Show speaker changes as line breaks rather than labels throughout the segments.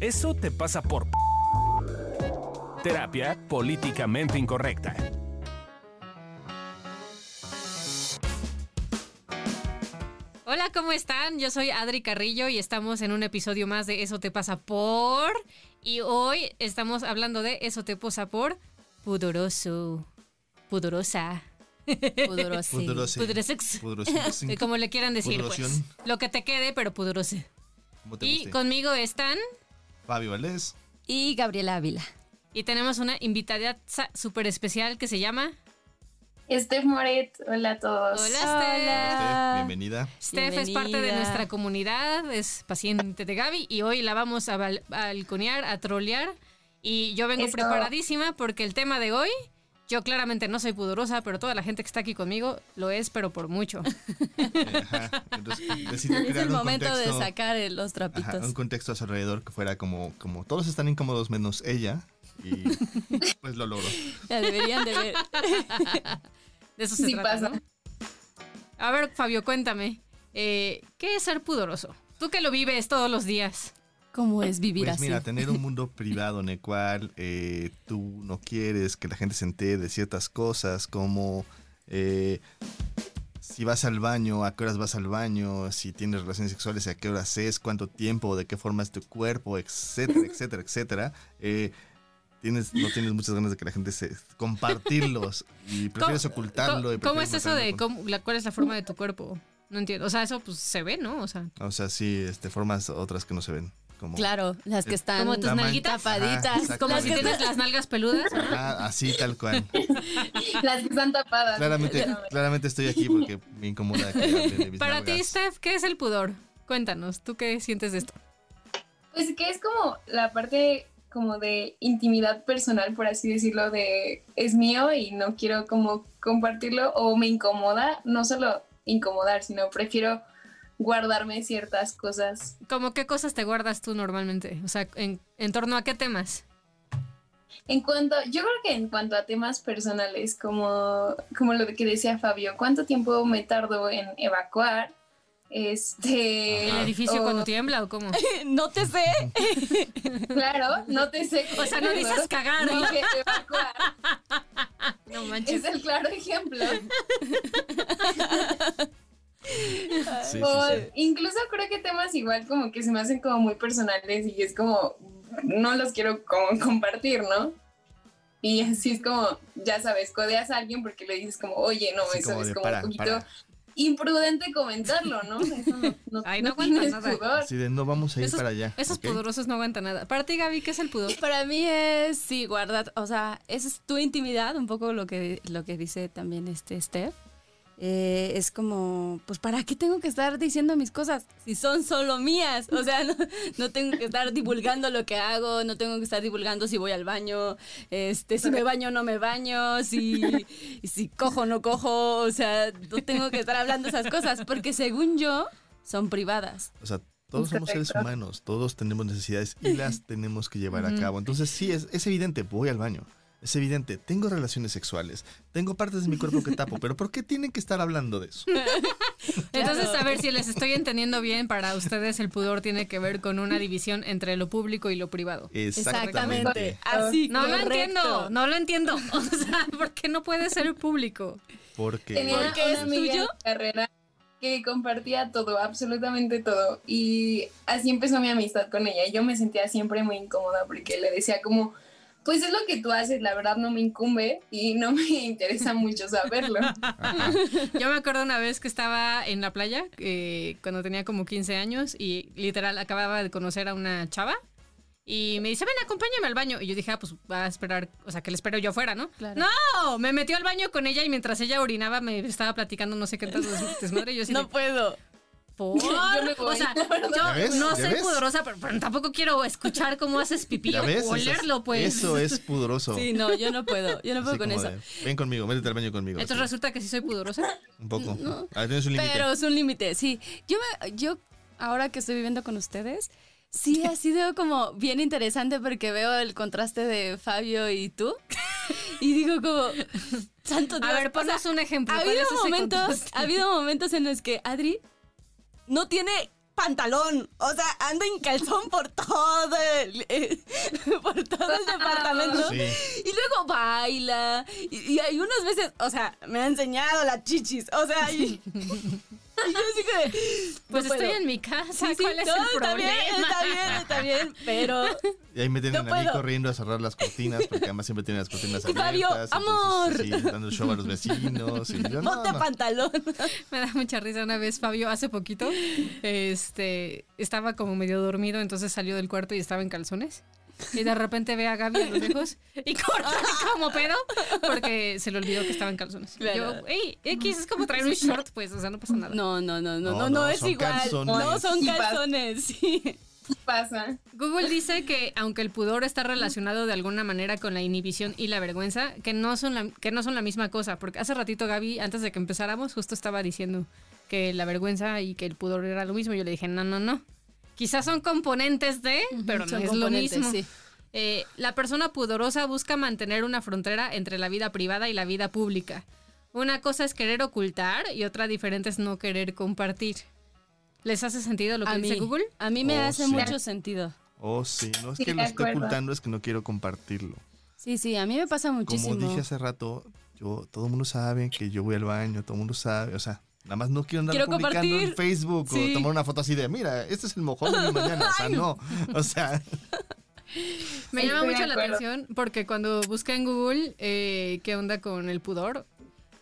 Eso te pasa por... p- Terapia políticamente incorrecta.
Hola, ¿cómo están? Yo soy Adri Carrillo y estamos en un episodio más de Eso te pasa por. Y hoy estamos hablando de Eso te pasa por pudoroso, pudorosa,
Pudoroso.
Pudoroso.
pudrosex,
Pudoroso.
eh, como le quieran decir, pues.
Pudoroción.
Lo que te quede, pero pudoroso.
Como te
Y
guste.
conmigo están
Fabio Valdés.
Y Gabriela Ávila.
y tenemos una invitada súper especial que se llama
Steph Moret, hola a todos.
Eh.
Hola,
Este, bienvenida.
Steph. Steph es parte de
Bienvenida.
nuestra comunidad, es paciente de Gaby y hoy la vamos a bal- balconear, a trolear. Y yo vengo
Eso.
preparadísima porque el tema de hoy, yo claramente no soy pudorosa, pero toda la gente que está aquí conmigo lo es, pero por mucho.
Eh, ajá. Entonces, decidió
Es
crear
el
un
momento
contexto-
de sacar eh, los
ajá,
trapitos.
un contexto a su alrededor que fuera como, como todos están incómodos menos ella. Y pues lo logró.
La deberían de ver.
De eso se
Sí
trata.
pasa.
¿no? A ver, Fabio, cuéntame, eh, ¿qué es ser pudoroso? Tú que lo vives todos los días.
¿Cómo es vivir
Pues
así?
mira, tener un mundo privado en el cual eh, tú no quieres que la gente se entere de ciertas cosas como eh, si vas al baño, a qué horas vas al baño, si tienes relaciones sexuales, a qué horas es, cuánto tiempo, de qué forma es tu cuerpo, etcétera, etcétera, etcétera. Eh, tienes, no tienes muchas ganas de que la gente se compartirlos y prefieres
¿Cómo-
ocultarlo. y
¿Cómo, cómo
prefieres
es eso
mantenerlo
de
con-
cómo- la, cuál es la forma de tu cuerpo? No entiendo. O sea, eso pues se ve, ¿no? O sea,
O sea, sí, este, formas otras que no se ven. Como,
Claro, las que están
Como tus
Tamaño-
nalguitas
Ajá,
tapaditas.
como si
exactamente.
tienes las nalgas peludas.
Ajá, así tal cual.
Las que están tapadas.
Claramente, claramente estoy aquí porque me incomoda que hable de mis
Para ti,
nalgas.
Steph, ¿qué es el pudor? Cuéntanos, ¿tú qué sientes de esto?
Pues que es como la parte como de intimidad personal, por así decirlo, de es mío y no quiero como compartirlo o me incomoda, no solo incomodar, sino prefiero guardarme ciertas cosas.
¿Cómo qué cosas te guardas tú normalmente? O sea, ¿en, en torno a qué temas?
En cuanto, yo creo que en cuanto a temas personales, como, como lo que decía Fabio, ¿cuánto tiempo me tardo en evacuar? Este...
Ah.
¿El edificio
o-
cuando tiembla o cómo?
No te sé.
Claro, no te sé.
O sea, no dices cagar, ¿no?
Dije evacuar.
No
Es
manches.
el claro ejemplo.
Sí, sí,
O
sí.
incluso creo que temas igual como que se me hacen como muy personales y es como no los quiero como compartir, ¿no? Y así es como, ya sabes, codeas a alguien porque le dices como, oye, no,
Así
eso
como
es
de
como
para,
un poquito
para.
imprudente comentarlo, ¿no? Eso no, no,
Ay,
no
no aguantas
tienes
nada.
pudor.
Así de no vamos a ir
Esos-
para allá.
Esos
¿ok?
pudorosos no aguantan nada. Para ti, Gaby, ¿qué es el pudor?
Para mí es, sí, guarda, o sea, esa es tu intimidad, un poco lo que, lo que dice también este Steph. Eh, es como, pues, ¿para qué tengo que estar diciendo mis cosas si son solo mías? O sea, no, no tengo que estar divulgando lo que hago, no tengo que estar divulgando si voy al baño, este, si me baño o no me baño, si, si cojo o no cojo, o sea, no tengo que estar hablando esas cosas porque según yo son privadas.
O sea, todos somos seres
Correcto.
humanos, todos tenemos necesidades y las tenemos que llevar a cabo. Entonces sí, es, es evidente, voy al baño. Es evidente, tengo relaciones sexuales, tengo partes de mi cuerpo que tapo, pero ¿por qué tienen que estar hablando de eso?
Entonces, a ver si les estoy entendiendo bien, para ustedes el pudor tiene que ver con una división entre lo público y lo privado.
Exactamente.
Así,
Ah, No lo
correcto.
entiendo, no lo entiendo. O sea, ¿por qué no puede ser público?
Porque
Tenía
¿Por qué es
una amiga
tuyo?
en la carrera que compartía todo, absolutamente todo. Y así empezó mi amistad con ella. Y yo me sentía siempre muy incómoda porque le decía como, pues es lo que tú haces, la verdad no me incumbe y no me interesa mucho saberlo.
Ajá.
Yo me acuerdo una vez que estaba en la playa eh, cuando tenía como 15 años y literal acababa de conocer a una chava y me dice, ven, acompáñame al baño. Y yo dije, ah, pues va a esperar, o sea, que le espero yo afuera, ¿no?
Claro.
No, me metió al baño con ella y mientras ella orinaba me estaba platicando no sé qué tanto des- desmadre. y Yo así de,
No puedo.
"¿Por?".
Yo me
O
voy,
sea,
la verdad.
¿Ya
yo
ves?
no
¿Ya
soy
ves?
pudorosa, pero, pero tampoco quiero escuchar cómo haces pipí
¿Ya
o
ves? Eso es-
olerlo, pues.
Eso es pudoroso.
Sí, no, yo no puedo. Yo no
Así
puedo con
como
eso.
de, Ven conmigo, métete al baño conmigo.
Entonces
así,
resulta que sí soy pudorosa.
un poco. Ahí tienes un límite.
Pero es un límite, sí. Yo, me- yo, ahora que estoy viviendo con ustedes, sí ha sido como bien interesante porque veo el contraste de Fabio y tú. Y digo como, santo Dios.
A ver,
o sea,
ponos un ejemplo.
ha
¿cuál
habido
es ese
momentos,
contexto?
ha habido momentos en los que Adri no tiene pantalón. O sea, ando en calzón por todo el, eh, por todo el departamento.
Sí.
Y luego baila. Y, y hay unas veces, o sea, me ha enseñado las chichis. O sea, y, y yo así que.
Pues
no
estoy
puedo.
en mi casa,
Sí, sí,
¿cuál es
no,
el
está bien,
problema?
está bien, está bien, pero
Y ahí me tienen
No
a mí
puedo.
corriendo a cerrar las cortinas, porque además siempre tienen las cortinas
Y
abiertas.
Fabio,
entonces, pues, Sí, dando show a los vecinos. Y yo, no,
ponte
no.
pantalón.
Me da mucha risa una vez, Fabio, hace poquito, este, estaba como medio dormido, entonces salió del cuarto y estaba en calzones. Y de repente ve a Gaby a lo lejos y corre como pedo porque se le olvidó que estaba en calzones. Y
Claro.
Yo, ey, X es como traer un short, pues, o sea, no pasa nada.
No, no, no, no, no, no,
no,
es
son
igual.
calzones.
No son
Y pa-
calzones, sí.
Pasa.
Google dice que aunque el pudor está relacionado de alguna manera con la inhibición y la vergüenza, que no son la, que no son la misma cosa, porque hace ratito Gaby, antes de que empezáramos, justo estaba diciendo que la vergüenza y que el pudor era lo mismo. Yo le dije, no, no, no. Quizás son componentes de, pero no
Son
es lo
componentes,
mismo.
sí.
Eh, la persona pudorosa busca mantener una frontera entre la vida privada y la vida pública. Una cosa es querer ocultar y otra diferente es no querer compartir. ¿Les hace sentido lo que
A
dice
mí,
Google?
a mí me
Oh,
hace
sí.
mucho sentido.
Oh, sí, no es
Sí,
que lo
de
esté
acuerdo.
ocultando, es que no quiero compartirlo.
Sí, sí, a mí me pasa muchísimo.
Como dije hace rato, yo, todo el mundo sabe que yo voy al baño, todo el mundo sabe, o sea, nada más no quiero andar
Quiero
publicando
compartir.
en Facebook
Sí.
o tomar una foto así de, mira, este es el mojón de mi mañana, o sea, no, o sea,
Me
Sí,
llama
estoy de
mucho la
acuerdo.
atención porque cuando busqué en Google eh, qué onda con el pudor,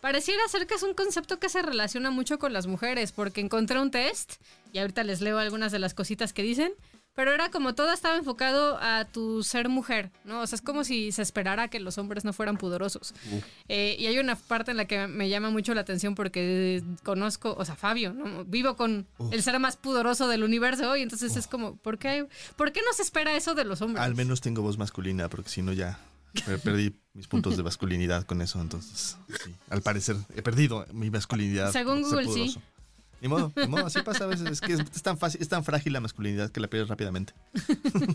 pareciera ser que es un concepto que se relaciona mucho con las mujeres porque encontré un test y ahorita les leo algunas de las cositas que dicen, pero era como todo estaba enfocado a tu ser mujer, ¿no? O sea, es como si se esperara que los hombres no fueran pudorosos.
Uf.
Eh, y hay una parte en la que me llama mucho la atención porque conozco, o sea, Fabio, ¿no? vivo con
Uf.
el ser más pudoroso del universo y entonces es como, ¿por qué, hay- ¿por qué no se espera eso de los hombres?
al menos tengo voz masculina, porque si no ya per- perdí mis puntos de masculinidad con eso, entonces, sí, al parecer he perdido mi masculinidad.
Según
por ser
Google, sí.
pudoroso. Ni modo, ni modo, así pasa a veces, es que es, es tan fácil, es tan frágil la masculinidad que la pierdes rápidamente.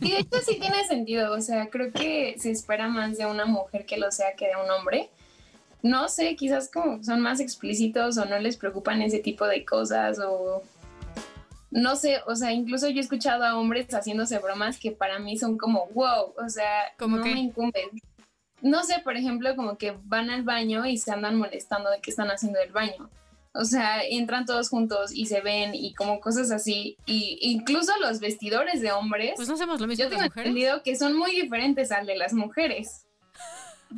Y de hecho sí tiene sentido, o sea, creo que se espera más de una mujer que lo sea que de un hombre. No sé, quizás como son más explícitos o no les preocupan ese tipo de cosas o no sé, o sea, incluso yo he escuchado a hombres haciéndose bromas que para mí son como wow, o sea,
¿Cómo
no
qué?
me incumben. No sé, por ejemplo, como que van al baño y se andan molestando de que están haciendo el baño. O sea, entran todos juntos y se ven y como cosas así. Y incluso los vestidores de hombres.
Pues no hacemos lo mismo que
Yo tengo
las mujeres.
entendido que son muy diferentes al de las mujeres.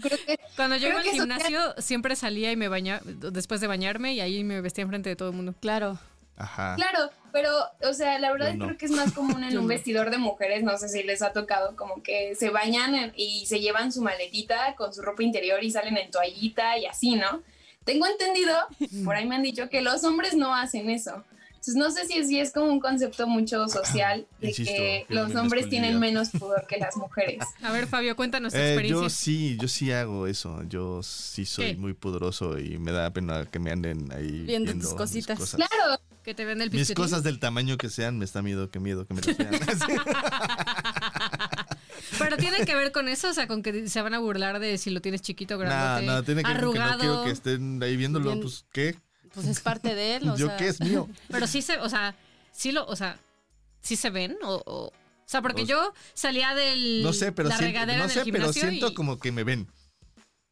Creo que
Cuando yo
creo
iba al
que eso
gimnasio, siempre salía y me bañaba después de bañarme y ahí me vestía enfrente de todo el mundo.
Claro.
Ajá.
Claro, pero, o sea, la verdad
Ah. Yo no.
creo que es más común en
Yo
un
no.
vestidor de mujeres, no sé si les ha tocado, como que se bañan en- y se llevan su maletita con su ropa interior y salen en toallita y así, ¿no? Tengo entendido, por ahí me han dicho que los hombres no hacen eso. Entonces, no sé si es, si es como un concepto mucho social de
Ah, Insisto,
que
que
los
mi
hombres tienen
masculinidad.
menos pudor que las mujeres.
A ver, Fabio, cuéntanos tu
Eh,
experiencia.
yo sí, yo sí hago eso. Yo sí soy
¿Qué?
muy pudoroso y me da pena que me anden ahí
Viendo
viendo,
tus
mis
cositas.
cosas.
Claro,
que te vende el
Mis
piscotín.
cosas del tamaño que sean, me está miedo, qué miedo que me las vean. Sí.
Pero tiene que ver con eso, o sea, con que se van a burlar de si lo tienes chiquito,
no,
grandote,
no, tiene que ver con que no
arrugado.
quiero que estén ahí viéndolo,
Bien.
pues qué,
Pues es parte de él. O
yo
sea,
qué es mío.
Pero sí se, o sea, sí lo, o sea, sí se ven o, o, o sea, porque
No-
yo salía del
Pues No sé, pero
la
siento,
regadera
no
del
sé, pero
gimnasio
siento
y-
como que me ven.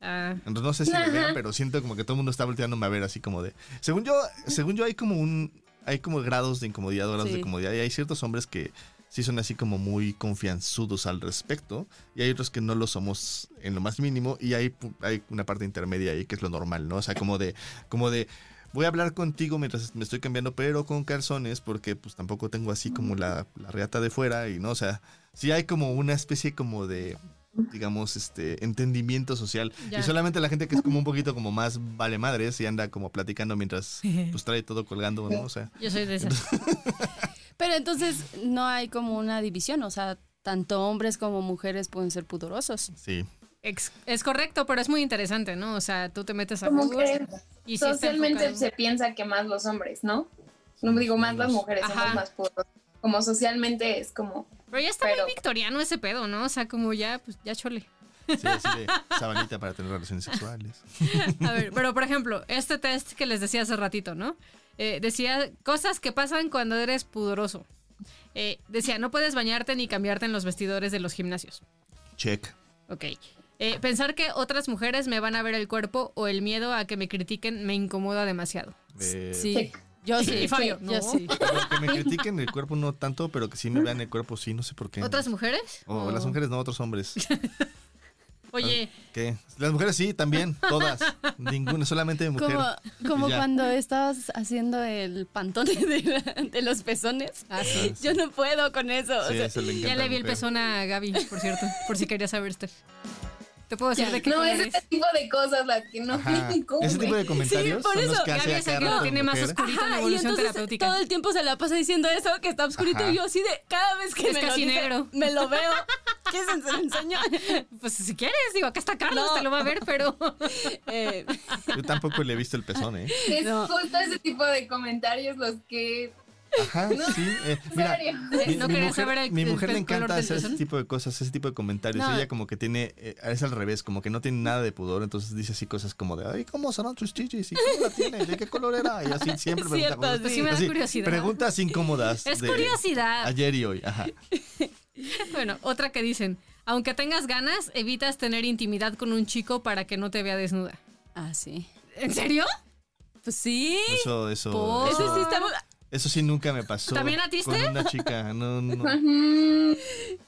Ah,
Entonces, no sé si me
Ajá.
vean, pero siento como que todo el mundo está volteándome a ver así como de. Según yo, según yo hay como un hay como grados de incomodidad, grados
Sí.
de comodidad y hay ciertos hombres que sí son así como muy confianzudos al respecto y hay otros que no lo somos en lo más mínimo y hay pu- hay una parte intermedia ahí que es lo normal, ¿no? O sea, como de como de Voy a hablar contigo mientras me estoy cambiando, pero con calzones, porque pues tampoco tengo así como la, la reata de fuera y no, o sea, sí hay como una especie como de, digamos, este, entendimiento social.
Ya.
Y solamente la gente que es como un poquito como más vale madres y anda como platicando mientras pues trae todo colgando, ¿no? O sea,
yo soy de esas.
Pero entonces no hay como una división, o sea, tanto hombres como mujeres pueden ser pudorosos.
sí.
Ex- es correcto, pero es muy interesante, ¿no? O sea, tú te metes a
como
Google
que
y sí está
socialmente
enfocado.
se piensa que más los hombres, ¿no? No digo más las mujeres,
Ajá.
somos más puros. Como socialmente es como,
Pero ya está
Pero-
muy victoriano ese pedo, ¿no? O sea, como ya, pues ya chole.
Sí, así de sabanita para tener relaciones sexuales.
A ver, pero por ejemplo, este test que les decía hace ratito, ¿no? eh, decía cosas que pasan cuando eres pudoroso. Eh, decía, no puedes bañarte ni cambiarte en los vestidores de los gimnasios.
Check.
Ok. Eh, pensar que otras mujeres me van a ver el cuerpo o el miedo a que me critiquen me incomoda demasiado.
Eh,
Sí. Yo sí.
Y Fabio,
Yo
no.
sí.
pero Que me critiquen el cuerpo no tanto, pero que sí me vean el cuerpo, sí, no sé por qué.
¿Otras mujeres?
O
¿O-
las mujeres no, otros hombres.
Oye,
¿Qué? Las mujeres sí, también, todas. Ninguna, solamente mujer.
Como, como
Ya.
cuando estabas haciendo el pantone de, la- de los pezones.
sí.
Yo no puedo con eso. o
Sí,
sea,
eso le encanta
ya
a
le
la
vi el
mujer.
pezón a Gaby, por cierto, por si querías saber, Steph. Te puedo decir de qué
No,
color
ese
es.
tipo de cosas las que no
Ajá.
me incomodan.
Ese tipo de comentarios
por
son los
eso.
que hace
Gaby
a
es el
cada
que lo
rato
tiene más
mujer.
oscurito en
Ajá,
evolución
y entonces
terapéutica.
Todo el tiempo se la pasa diciendo eso, que está oscurito,
Ajá.
y yo así de cada vez que
Es
me,
casi
lo dice,
negro.
me lo veo. ¿Qué se se lo enseño?
Pues si quieres, digo, acá está Carlos,
No.
te lo va a ver, pero.
Eh,
Yo tampoco le he visto el pezón, ¿eh?
Es
No.
justo ese tipo de comentarios los que.
Ajá,
No,
sí. eh,
en
mira,
serio.
mi,
No
mi
quería
mujer,
saber el-
mi
el
mujer le
pe- color
encanta
del
hacer ese
pezón.
tipo de cosas, ese tipo de comentarios.
No.
Ella como que tiene, eh, es al revés, como que no tiene nada de pudor, entonces dice así cosas como de, ay, ¿cómo serán tus chichis? ¿Y cómo la tienen? ¿De qué color era? Y así siempre
Es
pregunta
cierto,
cosas.
sí.
Sí me da
Así,
curiosidad.
Preguntas incómodas.
Es
de
curiosidad.
Ayer y hoy, ajá.
Bueno, otra que dicen. Aunque tengas ganas, evitas tener intimidad con un chico para que no te vea desnuda.
ah, sí.
¿En serio?
Pues sí.
Eso, eso,
Por-
Eso sí
eso,
está muy-
eso sí nunca me pasó.
¿También a ti,
Con
Steph?
una chica, no, no.
Ujú.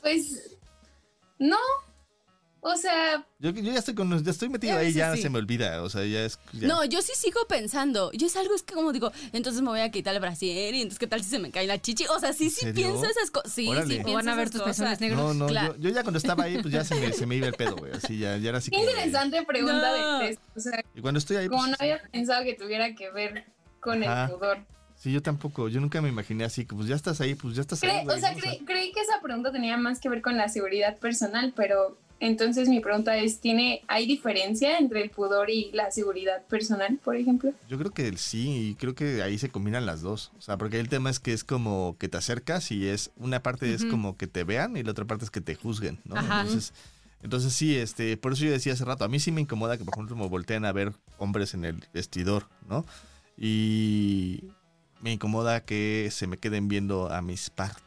Pues. No. O sea,
Yo, yo ya estoy con, los- ya estoy metido
A
ahí,
veces
ya
sí.
se me olvida, o sea, ya es... ya.
No, yo sí sigo pensando. Yo es algo es que como digo, entonces me voy a quitar el brasier y entonces qué tal si se me cae la chichi. O sea, sí,
¿En
sí
serio?
pienso esas cosas. Sí,
Órale.
sí
O
O
pienso
van a ver
esas
tus
cosas.
pezones negros.
No, no,
Claro.
yo, yo ya cuando estaba ahí, pues ya se me, se me iba el pedo, güey. Así ya, ya era así.
qué
como de-
interesante pregunta
No.
de test. O sea,
Y cuando estoy ahí,
como
pues,
no había pensado que tuviera que ver con
Ajá.
el pudor.
sí, yo tampoco, yo nunca me imaginé así, que pues ya estás ahí, pues ya estás
Cre-
ahí.
o
güey,
sea,
¿no?
cre- creí que esa pregunta tenía más que ver con la seguridad personal, pero entonces mi pregunta es, ¿tiene, ¿hay diferencia entre el pudor y la seguridad personal, por ejemplo?
yo creo que sí, y creo que ahí se combinan las dos. O sea, porque el tema es que es como que te acercas y es, una parte es
Ujú.
como que te vean y la otra parte es que te juzguen, ¿no?
Ajá.
Entonces, entonces sí, este, por eso yo decía hace rato, a mí sí me incomoda que, por ejemplo, me volteen a ver hombres en el vestidor, ¿no? Y me incomoda que se me queden viendo a mis partes.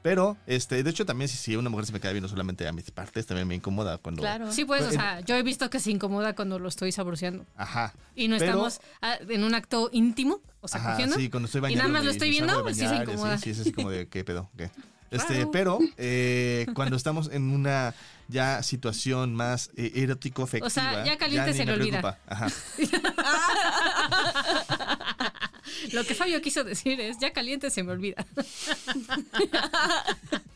Pero, este, de hecho, también si, si una mujer se me queda viendo solamente a mis partes, también me incomoda cuando.
Claro.
Sí, pues, o sea, yo he visto que se incomoda cuando lo estoy sabroseando.
Ajá.
Y no
Pero-
estamos ah, en un acto íntimo, o sea,
ajá,
cogiendo.
sí, cuando estoy bañando.
nada más lo estoy viendo, pues, sí se incomoda.
Sí, sí, es como de qué pedo, qué. Este,
Claro.
pero eh, cuando estamos en una ya situación más eh, erótico afectiva,
O sea, ya caliente
ni
se
me
le olvida.
preocupa. Ajá.
Lo que Fabio quiso decir es, ya caliente se me olvida.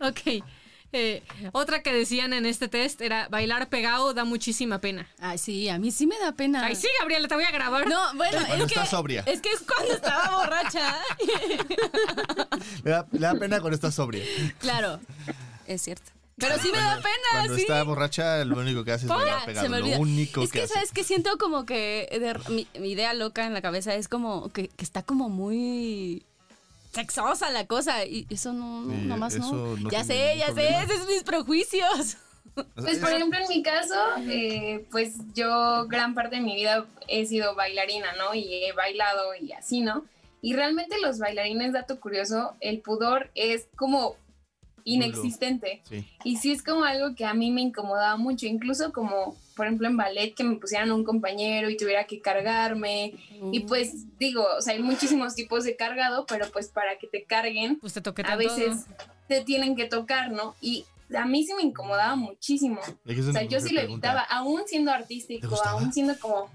ok. Eh, otra que decían en este test era, bailar pegado da muchísima pena.
Ay, sí, a mí sí me da pena.
Ay, sí, Gabriela, te voy a grabar.
No, bueno,
Cuando
es
está
que,
sobria.
es que es cuando estaba borracha.
Le da, le da pena cuando está sobria.
claro, es cierto. Pero sí me da pena,
Cuando
sí.
está borracha, lo único que hace es
Ya,
bailar pegado.
se me olvida.
lo único
es que,
hace.
sabes que siento como que de- mi, mi idea loca en la cabeza es como que, que está como muy sexosa la cosa y eso no, no
Sí,
nomás
eso
no.
no
ya
tiene
sé,
ningún
ya sé,
problema.
esos son mis prejuicios.
O sea,
Pues,
es-
por ejemplo, en mi caso, eh, pues yo gran parte de mi vida he sido bailarina, ¿no? Y he bailado y así, ¿no? Y realmente los bailarines, dato curioso, el pudor es como inexistente.
sí.
Y sí es como algo que a mí me incomodaba mucho, incluso como, por ejemplo, en ballet, que me pusieran un compañero y tuviera que cargarme. Y pues digo, o sea, hay muchísimos tipos de cargado, pero pues para que te carguen,
Pues te toqué
a
tanto.
veces te tienen que tocar, ¿no? Y a mí sí me incomodaba muchísimo.
Es que es
O sea,
una
yo sí lo
pregunta.
evitaba, aún siendo
¿Te
artístico,
gustaba?
aún siendo como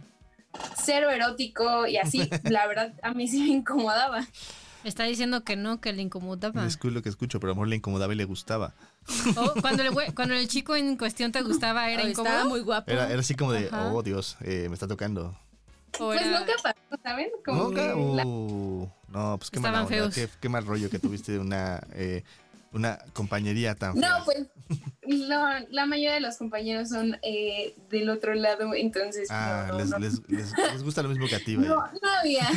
cero erótico y así, la verdad, a mí sí me incomodaba.
Está diciendo que no, que le incomodaba.
Es lo que escucho, pero a lo mejor le incomodaba y le gustaba.
O cuando, el güey- cuando el chico en cuestión te gustaba, ¿era
Ay, estaba
incómodo?
muy guapo.
Era, era así como de,
Ajá.
oh Dios, eh, me está tocando.
¿O
Pues
era-
nunca pasó, ¿saben? Como
¿Nunca?
que la-
Uh, no, pues qué
Estaban
mala onda,
feos.
Qué, qué mal rollo que tuviste de una, eh, una compañería tan fea.
No, pues lo- la mayoría de los compañeros son eh, del otro lado, entonces
Ah,
no, no,
les,
no.
les- les- les gusta lo mismo que a ti,
No,
vaya.
no había.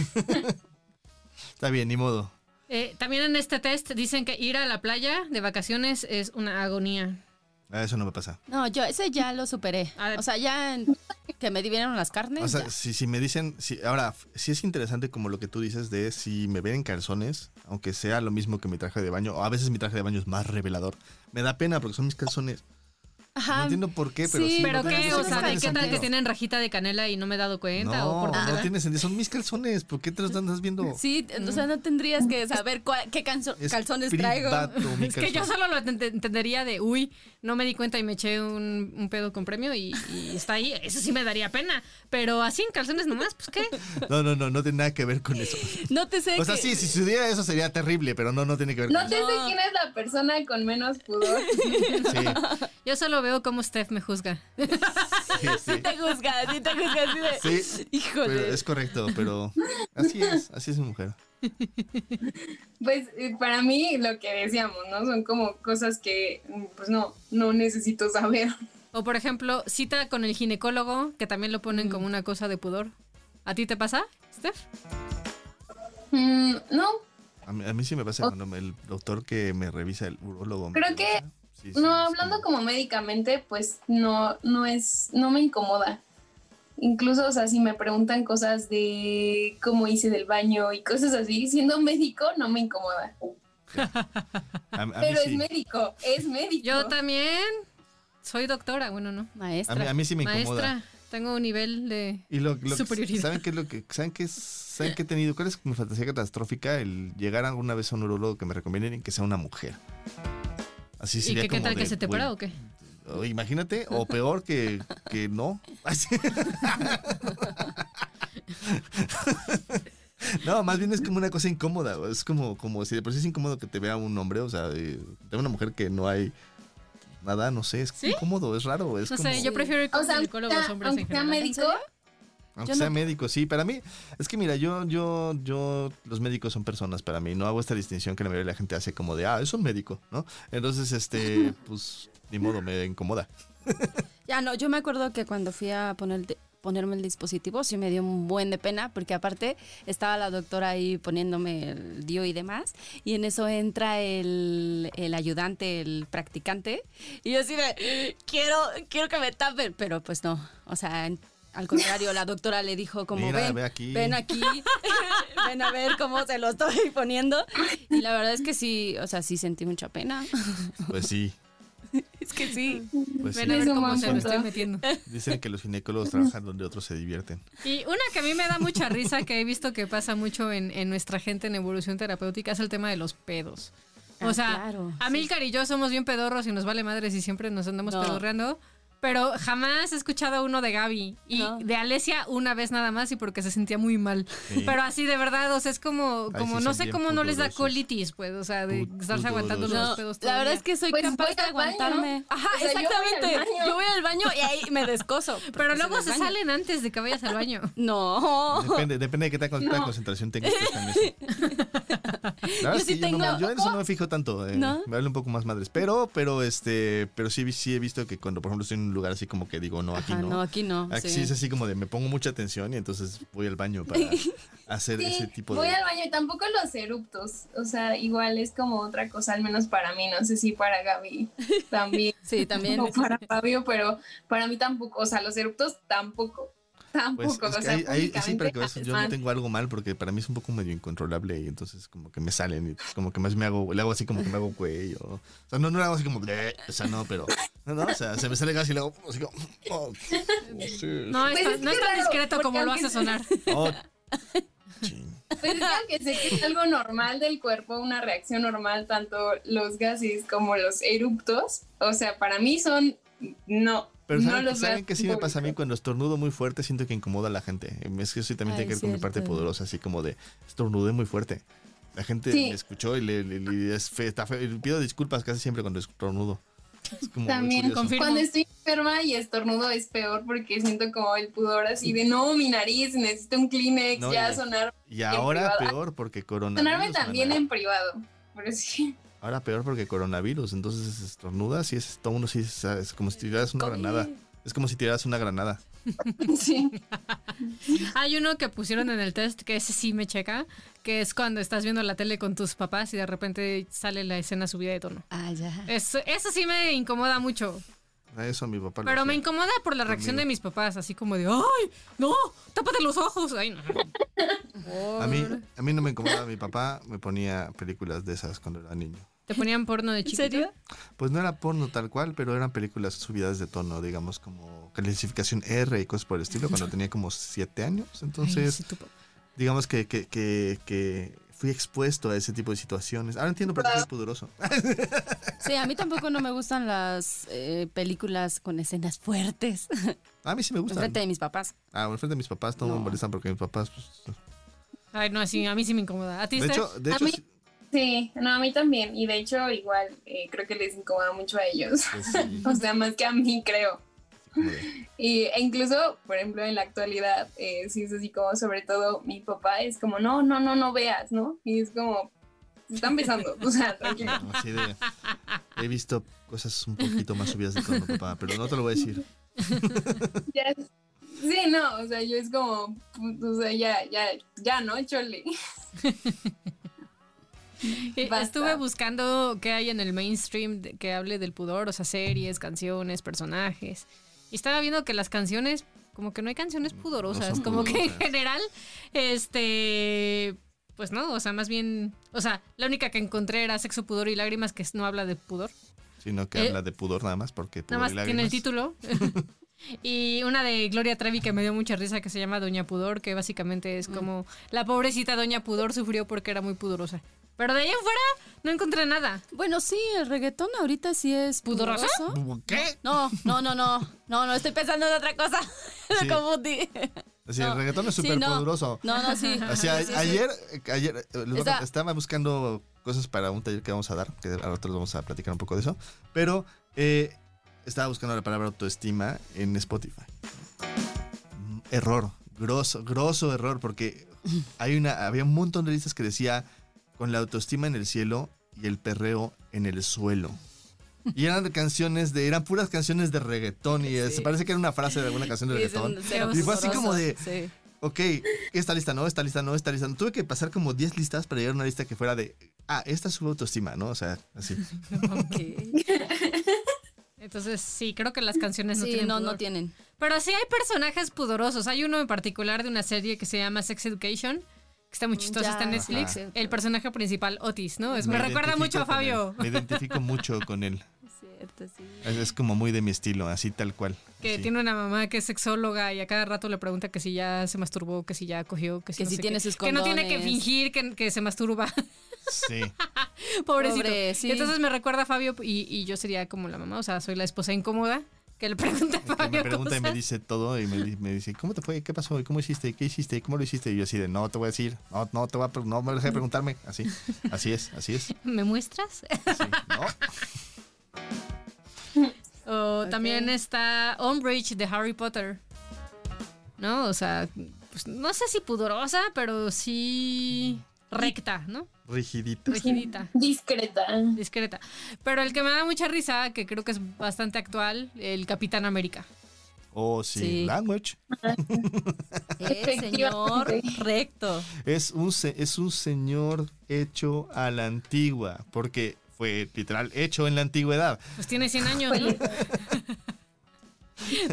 Está bien, ni modo.
Eh, también en este test dicen que ir a la playa de vacaciones es una agonía.
Ah, Eso no me pasa.
No, yo ese ya lo superé.
A ver.
O sea, ya en- que me dividieron las carnes.
O sea,
ya.
si, si me dicen, si, ahora, f- sí es interesante como lo que tú dices de si me ven en calzones, aunque sea lo mismo que mi traje de baño, o a veces mi traje de baño es más revelador. Me da pena porque son mis calzones.
Ajá.
no entiendo por qué, pero
sí,
sí.
¿Pero
no
pero
qué?
tiene-
eso
O
no
sea,
tiene
¿de qué tal que
sentido.
tienen rajita de canela y no me he dado cuenta?
No,
¿O por dónde
no
va?
tiene sentido. Son mis calzones. ¿Por qué te los andas viendo?
Sí, o sea, no tendrías que saber cuál- qué canso-
Es
calzones traigo.
privado mi
Es que yo
calzón.
solo lo ent- entendería de, uy, no me di cuenta y me eché un, un pedo con premio y, y está ahí. Eso sí me daría pena. Pero así en calzones nomás, pues qué.
No, no, no, no tiene nada que ver con eso.
No te sé
O sea,
que-
sí, si sucediera eso sería terrible, pero no, no tiene que ver
No
con
te sé quién es la persona con menos pudor.
eso. Sí,
Yo solo veo cómo Steph me juzga.
sí,
Sí
sí.
te juzgas, sí te juzgas. así de-
Sí,
Híjole.
pero es correcto, pero así es, así es mi mujer.
Pues eh, para mí lo que decíamos, ¿no? Son como cosas que mm, pues no, no necesito saber.
O por ejemplo, cita con el ginecólogo, que también lo
Mm.
ponen como una cosa de pudor. ¿A ti te pasa, Steph?
Mm, no,
A mí, a mí sí me pasa cuando me- el doctor que me revisa, el urólogo. me
Creo que-
revisa. Sí, sí,
no,
es
hablando como médicamente, pues no, no es, no me incomoda. Incluso, o sea, si me preguntan cosas de cómo hice del baño y cosas así, siendo médico no me incomoda.
A, a mí
Pero es
sí.
médico, es médico.
Yo también soy doctora. Bueno, no.
A
Maestra.
mí, a mí sí me incomoda.
Maestra, tengo un nivel de...
Y lo, lo
Superioridad.
¿Saben qué es lo que saben qué es- saben qué he tenido? ¿Cuál es mi fantasía catastrófica? El llegar alguna vez a un urologo que me recomienden y que sea una mujer. Así
¿Y
sería
qué, qué
como
tal que
de,
se te
güey,
para o qué?
o Imagínate, o peor que, que no. Así. No, más bien es como una cosa incómoda. o Es como, como si de por sí es incómodo que te vea un hombre, o sea, eh, de una mujer que no hay nada, no sé, es
¿Sí?
incómodo, es raro. Es
No
como,
sé, yo prefiero ir con
o sea, aunque
ginecólogos
sea,
hombres
aunque
en
sea
general.
médico,
¿En serio?
Aunque
Yo no-
sea médico, sí. Para mí, es que mira, yo, yo, yo, los médicos son personas para mí. No hago esta distinción que la mayoría de la gente hace como de, ah, es un médico, ¿no? Entonces, este, pues, ni modo, me incomoda.
Ya no, yo me acuerdo que cuando fui a poner de- ponerme el dispositivo sí me dio un buen de pena porque aparte estaba la doctora ahí poniéndome el dio y demás y en eso entra el, el ayudante, el practicante y yo así de quiero quiero que me tapen, pero pues no, o sea, en- al contrario, la doctora le dijo como
Mira,
ven,
ve aquí".
ven aquí, ven a ver cómo se lo estoy poniendo y la verdad es que sí, o sea, sí sentí mucha pena.
Pues sí,
Es que sí.
pues sí.
Ven a ver
Es un
cómo
buen
se lo
punto.
estoy metiendo.
Dicen que los ginecólogos trabajan donde otros se divierten.
Y una que a mí me da mucha risa, que he visto que pasa mucho en, en nuestra gente en evolución terapéutica, es el tema de los pedos. O
Ah,
sea,
claro,
Amilcar y yo somos bien pedorros y nos vale madres y siempre nos andamos
No.
pedorreando. Pero jamás he escuchado uno de Gaby y
No.
de Alesia una vez nada más y porque se sentía muy mal.
Sí.
Pero así de verdad, o sea, es como,
Ay,
como
sí
no
son
sé
bien
cómo no les da
pudorosos.
colitis, pues, o sea, de
Pu-
estarse aguantando los
pudorosos.
pedos.
La verdad
todavía.
es que soy
Pues
capaz
voy
de
al baño.
aguantarme. Ajá,
O sea, yo voy al
exactamente.
baño.
Yo voy al baño y ahí me descoso. porque
Pero
soy
luego
del
se
baño.
salen antes de que vayas al baño.
No.
Depende, depende de qué tan con- tanta concentración tengas puesta en eso. La
Yo
verdad es que
sí
no me-
tengo-
yo en eso no me fijo tanto. eh,
¿No?
Me vale un poco más madres. Pero, pero este, pero sí, vi- sí he visto que cuando, por ejemplo, estoy en un lugar así como que digo, no, aquí
Ajá,
no.
Ah, no, aquí no.
Aquí
sí.
Ah, es así como de me pongo mucha atención y entonces voy al baño para hacer ese
sí,
tipo
voy
de.
al baño y tampoco los eruptos. O sea, igual es como otra cosa, al menos para mí, no sé si para Gaby también.
Sí, también.
o para Fabio, pero para mí tampoco, o sea, los eruptos tampoco.
Pues,
Tampoco,
es
o
que
sea, ah,
ahí- ahí sí, para
públicamente,
que veas, yo no
ajá.
tengo algo mal porque para mí es un poco medio incontrolable y entonces como que me salen y como que más me hago, le hago así como que me hago cuello. O sea, no, no le hago así como, "Bleh", o sea, no, pero, no, no, o sea, se me sale gas y le hago así como, "Oh, oh, sí".
No, es,
Pues
tan-
es
no
que
es tan
raro,
discreto
porque
como lo
aunque
hace
se-
sonar.
Oh, chin.
Pues es que aunque sé que es algo normal del cuerpo, una reacción normal, tanto los gases como los eruptos, o sea, para mí son no.
Pero
no
saben,
los veo
¿saben que sí me pasa a mí
públicos.
cuando estornudo muy fuerte, siento que incomoda a la gente. Es que eso también
Ay,
tiene que ver con mi parte
cierto.
poderosa, así como de estornudé muy fuerte. La gente
Sí.
me escuchó y le, le- le- es fe- está fe- pido disculpas casi siempre cuando estornudo. Es como muy
También
curioso.
confirmo.
Cuando estoy enferma y estornudo es peor porque siento como el pudor así de no, mi nariz, necesito un Kleenex,
No,
ya
y-
sonar,
Y ahora
privado.
peor porque coronavirus.
sonarme también
mana.
en privado. Pero sí.
Ahora peor porque coronavirus. Entonces estornudas y es todo uno sí es, es como si tiraras una
Covid.
granada. Es como si tiraras una granada.
sí.
Hay uno que pusieron en el test que ese sí me checa, que es cuando estás viendo la tele con tus papás y de repente sale la escena subida de tono.
Ah, ya.
Eso, eso sí me incomoda mucho.
A eso mi papá lo
Pero me
hacía.
incomoda por la reacción de
Conmigo.
mis papás, así como de, ¡ay! ¡No! ¡Tápate los ojos! ¡Ay, no!
A mí, a mí no me incomodaba mi papá, me ponía películas de esas cuando era niño.
Te ponían porno de
¿En
chiquito.
serio?
Pues no era porno tal cual, pero eran películas subidas de tono, digamos, como clasificación R y cosas por el estilo, cuando tenía como siete años.
Ay,
Entonces,
sí, tu pa-
digamos que, que, que, que fui expuesto a ese tipo de situaciones. Ahora entiendo por qué es pudoroso.
Sí, a mí tampoco no me gustan las eh, películas con escenas fuertes.
A mí sí me gusta.
Enfrente de mis papás.
Ah, enfrente de mis papás no, me
No.
molestan porque mis papás... pues,
Ay, no, sí, a mí sí me incomoda. ¿A ti,
de
Steph?
hecho, de
A
hecho
mí-
sí-
Sí, no, a mí también. Y de hecho, igual, eh, creo que les incomoda mucho a ellos.
pues, sí,
O sea, más que a mí, creo.
como de-
Y, e incluso, por ejemplo, en la actualidad, eh, sí es así como, sobre todo, mi papá es como, no, no, no, no veas, ¿no? Y es como, se están besando, o sea, tranquilo.
no, así de- He visto cosas un poquito más subidas de tono, papá, pero no te lo voy a decir.
Ya es- sí, no, o sea, yo es como, pu- o sea, ya, ya, ya, ¿no? Chole.
Eh,
Basta.
Estuve buscando qué hay en el mainstream de- que hable del pudor, o sea, series, canciones, personajes. Y estaba viendo que las canciones, como que no hay canciones pudorosas,
son
como que en
pudorosas.
general, este, pues no, o sea, más bien, o sea, la única que encontré era Sexo, Pudor y Lágrimas, que no habla de pudor,
Sino que
Eh,
habla de pudor nada más, porque pudor
nada más
y
tiene el
lágrimas.
título. y una de Gloria Trevi que me dio mucha risa, que se llama Doña Pudor, que básicamente es como, la pobrecita Doña Pudor sufrió porque era muy pudorosa. Pero de ahí en fuera no encontré nada.
Bueno, sí, el reggaetón ahorita sí es
¿Pudoroso?
pudoroso.
¿Qué?
No, no, no, no. No, no, estoy pensando en otra cosa.
Sí.
Me confundí.
Así,
No.
el reggaetón es
Sí,
súper
no.
poderoso.
No, no, sí.
O sea,
Sí, sí, sí.
ayer, eh, ayer eh, les voy a
Está-
contar, estaba buscando cosas para un taller que vamos a dar, que a rato les vamos a platicar un poco de eso, pero eh, estaba buscando la palabra autoestima en Spotify. Mm, Error, grosso, grosso error, porque hay una, había un montón de listas que decía con la autoestima en el cielo y el perreo en el suelo. Y eran canciones de, eran puras canciones de reggaetón y eh, se parece que era una frase de alguna canción de
Sí, es
reggaetón.
un cero
Y fue así
pudoroso.
como de-
Sí.
Ok, esta lista no, esta lista no, esta lista no. Tuve que pasar como 10 listas para llegar a una lista que fuera de, ah, esta es su autoestima, ¿no? O sea, así.
Ok.
Entonces, sí, creo que las canciones no
Sí,
tienen
no,
pudor.
no tienen.
Pero sí hay personajes pudorosos. Hay uno en particular de una serie que se llama Sex Education, que está muy chistosa,
Mm, Ya. Ah,
está en Netflix.
Ajá.
El personaje principal, Otis, ¿no? Es-
Me
Pues me recuerda
identifico
mucho a
con él,
Fabio,
me identifico mucho con él.
Es Cierto, sí.
Es, es como muy de mi estilo, así tal cual.
que
así.
tiene una mamá que es sexóloga y a cada rato le pregunta que si ya se masturbó, que si ya cogió, que si,
Que
no
si
sé
tiene
qué.
sus
Que no tiene que
condones.
fingir que, que se masturba.
Sí.
Pobrecito.
Pobre, sí.
Entonces me recuerda a Fabio y, y yo sería como la mamá, o sea, soy la esposa incómoda que le pregunta a
Que
Fabio
me pregunta y me
cosas.
dice todo y me, di- me dice, ¿cómo te fue? ¿Qué pasó? ¿Cómo hiciste? ¿Qué hiciste? ¿Cómo lo hiciste? Y yo así de, no te voy a decir, no, no te voy a, pre- no me dejes de preguntarme. Así, así es, así es.
¿Me muestras?
así, no.
O
Ok.
también está Umbridge de Harry Potter. ¿No? O sea, pues, no sé si pudorosa, pero sí recta, ¿no?
Rigidita.
Rigidita,
Discreta.
discreta. Pero el que me da mucha risa, que creo que es bastante actual, el Capitán América.
Oh, sí.
Sí.
Language.
Eh, señor
Efectivamente.
recto.
Es un, se- es un señor hecho a la antigua, porque fue literal hecho en la antigüedad.
Pues tiene 100 años, ¿no?
Oye,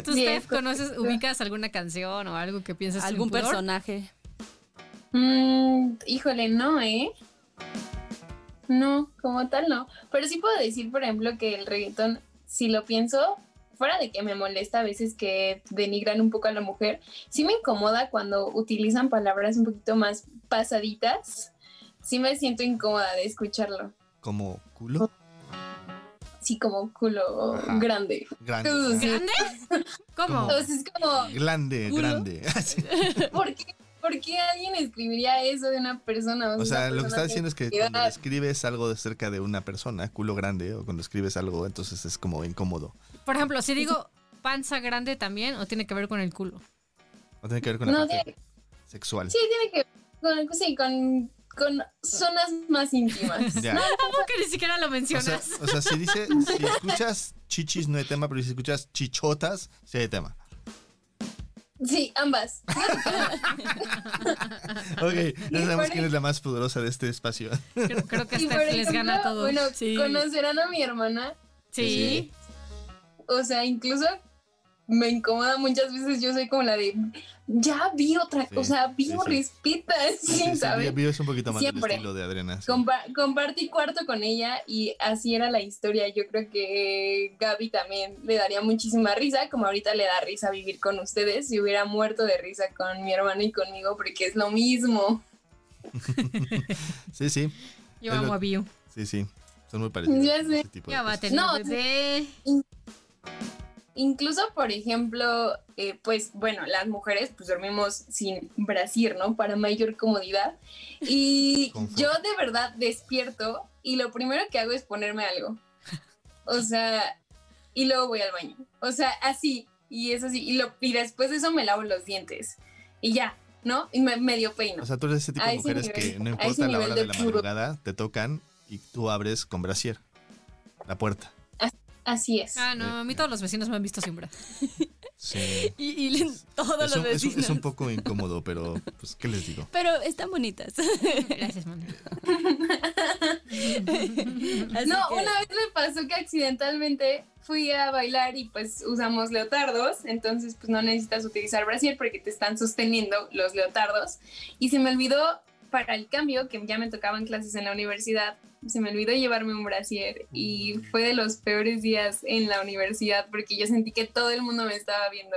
¿Tú,
Sí,
Steph,
es
conoces,
correcto.
ubicas alguna canción o algo que piensas en
Algún
pudor?
personaje.
mm, híjole, no, ¿eh? No, como tal no. Pero sí puedo decir, por ejemplo, que el reggaetón, si lo pienso, fuera de que me molesta a veces que denigran un poco a la mujer, sí me incomoda cuando utilizan palabras un poquito más pasaditas. Sí me siento incómoda de escucharlo.
Como culo
Sí, como culo
Ajá.
grande.
grande. ah,
Sí.
¿Grande? ¿Cómo?
¿Cómo?
Entonces es como,
Grande,
¿Culo?
grande. Así.
¿por qué, por qué alguien escribiría eso de una persona?
O sea,
una
lo que está
persona
diciendo es que
identidad.
cuando escribes algo de cerca de una persona, culo grande, o cuando escribes algo, entonces es como incómodo.
Por ejemplo, si digo panza grande también, o tiene que ver con el culo.
No tiene que ver con la
No,
parte
tiene-
sexual.
Sí, tiene que ver con, sí, con, con zonas más íntimas.
Ya.
¿Cómo que ni siquiera lo
O sea,
mencionas?
o sea, si dice, si escuchas chichis no hay tema, pero si escuchas chichotas, sí hay tema.
Sí, ambas.
Ok, ya
Y
sabemos
por
quién es la más poderosa de este espacio.
Creo, creo que
Y
hasta
por
les gana a
ejemplo,
todos.
Bueno,
Sí.
conocerán a mi hermana.
sí.
O sea, incluso me incomoda muchas veces. Yo soy como la de, ya vi otra
Sí,
cosa, vi
sí, sí.
Rispita,
Sí, sí,
sí, ¿sabes?
vives un poquito más del
Siempre.
estilo de Adrena. sí.
Compa- compartí cuarto con ella y así era la historia. Yo creo que Gaby también le daría muchísima risa, como ahorita le da risa vivir con ustedes. Si hubiera muerto de risa con mi hermano y conmigo, porque es lo mismo.
Sí, sí,
Yo
Es lo-
amo a Bio.
sí, sí. Son muy parecidos.
Ya
en
sé.
ese tipo de
Ya va a
cosas.
tener
No,
bebé.
Incluso, por ejemplo, eh, pues bueno, las mujeres pues dormimos sin brasier, ¿no? Para mayor comodidad. Y
Confort.
yo de verdad despierto y lo primero que hago es ponerme algo. O sea, y luego voy al baño. O sea, así, y es así. Y, lo, y después de eso me lavo los dientes. Y ya, ¿no? Y me medio peino.
O sea, tú eres ese tipo
A
de
ese
mujeres
nivel-
que no
a ese
importa la
nivel
hora
de
de la
puro.
madrugada, te tocan y tú abres con brasier la puerta.
así es.
Ah, no, a mí todos los vecinos me han visto sin bra.
Sí.
Y, y le- todos los
Es un, es un-
vecinos.
es un poco incómodo, pero pues, ¿qué les digo?
Pero están bonitas.
Gracias, man.
Así
No,
que-
una vez me pasó que accidentalmente fui a bailar y pues usamos leotardos, entonces pues no necesitas utilizar brasier porque te están sosteniendo los leotardos. Y se me olvidó para el cambio, que ya me tocaban clases en la universidad, se me olvidó llevarme un brasier y
Mm.
fue de los peores días en la universidad porque yo sentí que todo el mundo me estaba viendo.